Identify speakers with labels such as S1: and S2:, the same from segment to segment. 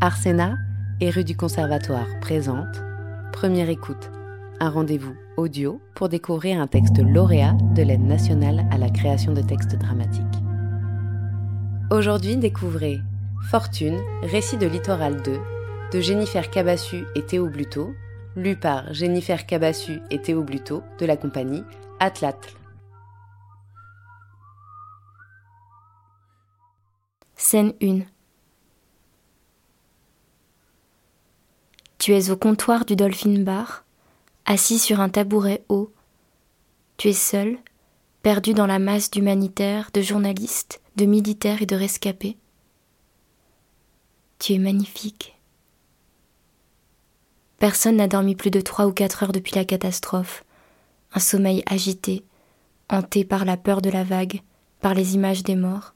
S1: Arsena et rue du Conservatoire présente Première écoute, un rendez-vous audio pour découvrir un texte lauréat de l'aide nationale à la création de textes dramatiques. Aujourd'hui, découvrez Fortune, récit de Littoral 2 de Jennifer Cabassu et Théo Bluto, lu par Jennifer Cabassu et Théo Bluto de la compagnie Atlatl.
S2: Scène 1 Tu es au comptoir du Dolphin Bar, assis sur un tabouret haut. Tu es seul, perdu dans la masse d'humanitaires, de journalistes, de militaires et de rescapés. Tu es magnifique. Personne n'a dormi plus de trois ou quatre heures depuis la catastrophe. Un sommeil agité, hanté par la peur de la vague, par les images des morts.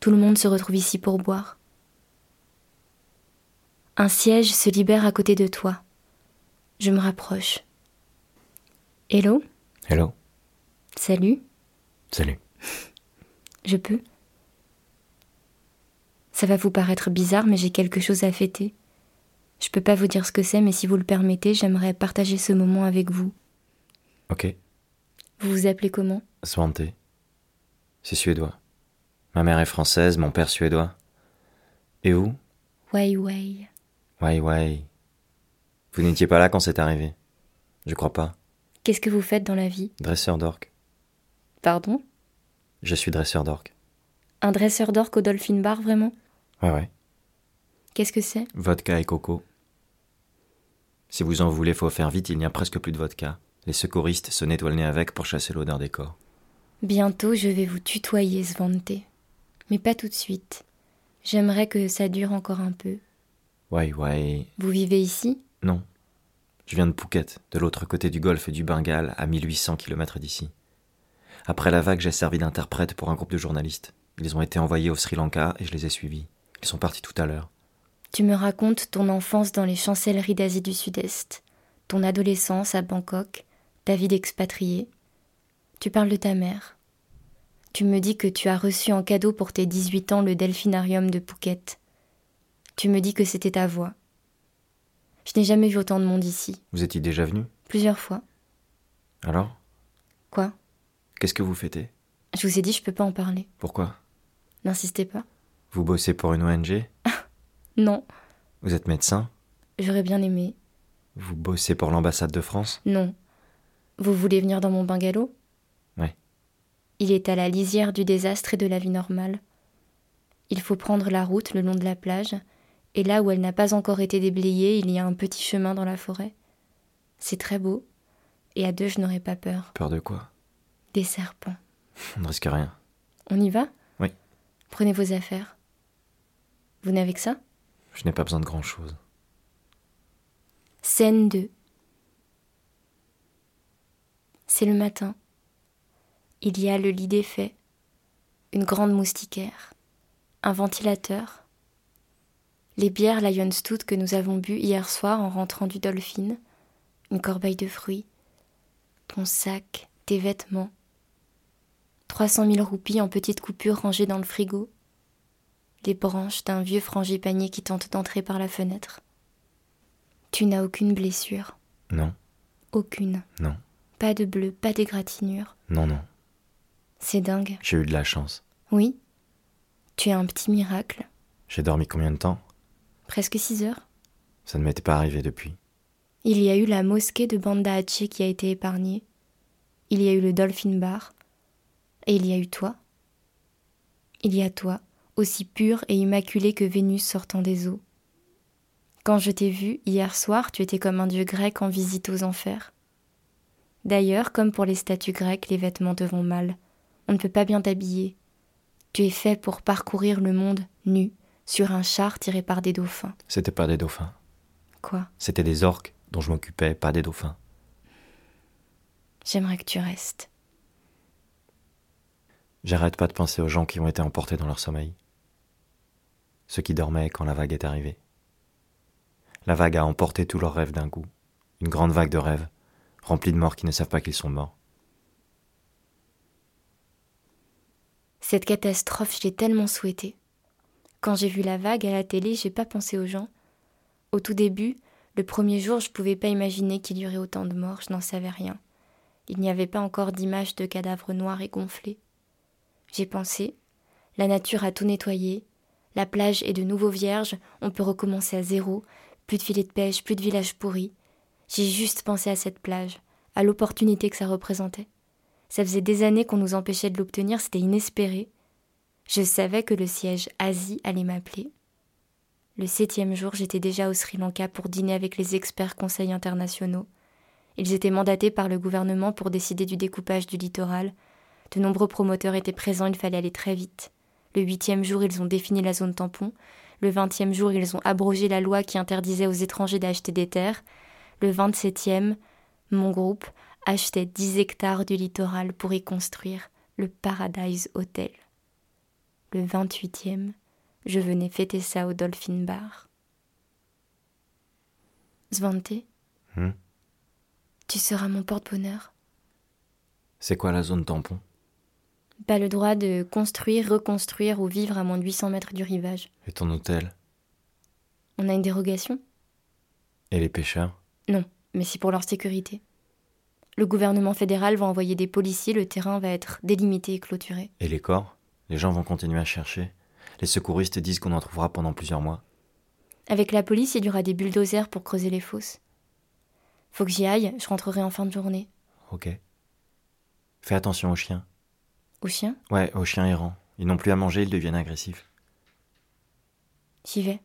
S2: Tout le monde se retrouve ici pour boire. Un siège se libère à côté de toi. Je me rapproche. Hello,
S3: Hello,
S2: salut,
S3: salut.
S2: je peux Ça va vous paraître bizarre, mais j'ai quelque chose à fêter. Je peux pas vous dire ce que c'est, mais si vous le permettez, j'aimerais partager ce moment avec vous.
S3: Ok,
S2: Vous vous appelez comment
S3: Svante. C'est suédois. Ma mère est française, mon père suédois. Et vous
S2: Wai Wai.
S3: Ouais, ouais. Vous n'étiez pas là quand c'est arrivé Je crois pas.
S2: Qu'est-ce que vous faites dans la vie
S3: Dresseur d'orques.
S2: Pardon
S3: Je suis dresseur d'orques.
S2: Un dresseur d'orques au Dolphin Bar, vraiment
S3: Ouais, ouais.
S2: Qu'est-ce que c'est
S3: Vodka et coco. Si vous en voulez, faut faire vite, il n'y a presque plus de vodka. Les secouristes se nettoient le nez avec pour chasser l'odeur des corps.
S2: Bientôt, je vais vous tutoyer, Svante. Mais pas tout de suite. J'aimerais que ça dure encore un peu.
S3: Ouais, ouais.
S2: Vous vivez ici
S3: Non. Je viens de Phuket, de l'autre côté du golfe du Bengale, à 1800 km d'ici. Après la vague, j'ai servi d'interprète pour un groupe de journalistes. Ils ont été envoyés au Sri Lanka et je les ai suivis. Ils sont partis tout à l'heure.
S2: Tu me racontes ton enfance dans les chancelleries d'Asie du Sud-Est, ton adolescence à Bangkok, ta vie d'expatrié. Tu parles de ta mère. Tu me dis que tu as reçu en cadeau pour tes 18 ans le delphinarium de Phuket. Tu me dis que c'était ta voix. Je n'ai jamais vu autant de monde ici,
S3: Vous étiez déjà venu
S2: plusieurs fois.
S3: Alors
S2: Quoi
S3: Qu'est-ce que vous fêtez
S2: Je vous ai dit, je peux pas en parler.
S3: Pourquoi
S2: N'insistez pas.
S3: Vous bossez pour une ONG
S2: Non,
S3: Vous êtes médecin
S2: j'aurais bien aimé.
S3: Vous bossez pour l'ambassade de France
S2: Non. Vous voulez venir dans mon bungalow
S3: Ouais.
S2: Il est à la lisière du désastre et de la vie normale. Il faut prendre la route le long de la plage, et là où elle n'a pas encore été déblayée, il y a un petit chemin dans la forêt. C'est très beau, et à deux je n'aurais pas peur.
S3: Peur de quoi
S2: Des serpents.
S3: On ne risque rien.
S2: On y va
S3: Oui.
S2: Prenez vos affaires. Vous n'avez que ça
S3: Je n'ai pas besoin de grand-chose.
S2: Scène 2 C'est le matin. Il y a le lit défait, une grande moustiquaire, un ventilateur, les bières Lions Stout que nous avons bues hier soir en rentrant du Dolphin, une corbeille de fruits, ton sac, tes vêtements, 300 000 roupies en petites coupures rangées dans le frigo, les branches d'un vieux frangipanier qui tente d'entrer par la fenêtre. Tu n'as aucune blessure.
S3: Non,
S2: Aucune.
S3: non,
S2: Pas de bleu, pas d'égratignure.
S3: non, non.
S2: C'est dingue.
S3: J'ai eu de la chance.
S2: Oui. Tu as un petit miracle.
S3: J'ai dormi combien de temps
S2: Presque six heures.
S3: Ça ne m'était pas arrivé depuis.
S2: Il y a eu la mosquée de Banda Aceh qui a été épargnée. Il y a eu le Dolphin Bar. Et il y a eu toi. Il y a toi, aussi pur et immaculé que Vénus sortant des eaux. Quand je t'ai vu, hier soir, tu étais comme un dieu grec en visite aux enfers. D'ailleurs, comme pour les statues grecques, les vêtements te vont mal. On ne peut pas bien t'habiller. Tu es fait pour parcourir le monde nu, sur un char tiré par des dauphins.
S3: C'était pas des dauphins.
S2: Quoi
S3: C'était des orques dont je m'occupais, pas des dauphins.
S2: J'aimerais que tu restes.
S3: J'arrête pas de penser aux gens qui ont été emportés dans leur sommeil. Ceux qui dormaient quand la vague est arrivée. La vague a emporté tous leurs rêves d'un coup. Une grande vague de rêves, remplie de morts qui ne savent pas qu'ils sont morts.
S2: Cette catastrophe, je l'ai tellement souhaitée. Quand j'ai vu la vague à la télé, j'ai pas pensé aux gens. Au tout début, le premier jour, je pouvais pas imaginer qu'il y aurait autant de morts, je n'en savais rien. Il n'y avait pas encore d'image de cadavres noirs et gonflés. J'ai pensé, la nature a tout nettoyé, la plage est de nouveau vierge, on peut recommencer à zéro, plus de filets de pêche, plus de villages pourris. J'ai juste pensé à cette plage, à l'opportunité que ça représentait. Ça faisait des années qu'on nous empêchait de l'obtenir, c'était inespéré. Je savais que le siège Asie allait m'appeler. Le septième jour, j'étais déjà au Sri Lanka pour dîner avec les experts conseils internationaux. Ils étaient mandatés par le gouvernement pour décider du découpage du littoral. De nombreux promoteurs étaient présents, il fallait aller très vite. Le huitième jour, ils ont défini la zone tampon. Le vingtième jour, ils ont abrogé la loi qui interdisait aux étrangers d'acheter des terres. Le vingt-septième, mon groupe achetait dix hectares du littoral pour y construire le Paradise Hotel. Le vingt-huitième, je venais fêter ça au Dolphin Bar. Svante,
S3: Hmm
S2: tu seras mon porte-bonheur.
S3: C'est quoi la zone tampon
S2: Pas le droit de construire, reconstruire ou vivre à moins de 800 mètres du rivage.
S3: Et ton hôtel
S2: On a une dérogation
S3: Et les pêcheurs
S2: Non, mais c'est pour leur sécurité. Le gouvernement fédéral va envoyer des policiers, le terrain va être délimité et clôturé.
S3: Et les corps Les gens vont continuer à chercher. Les secouristes disent qu'on en trouvera pendant plusieurs mois.
S2: Avec la police, il y aura des bulldozers pour creuser les fosses. Faut que j'y aille, je rentrerai en fin de journée.
S3: Ok. Fais attention aux chiens.
S2: Au chien
S3: Ouais, aux chiens errants. Ils n'ont plus à manger, ils deviennent agressifs.
S2: J'y vais.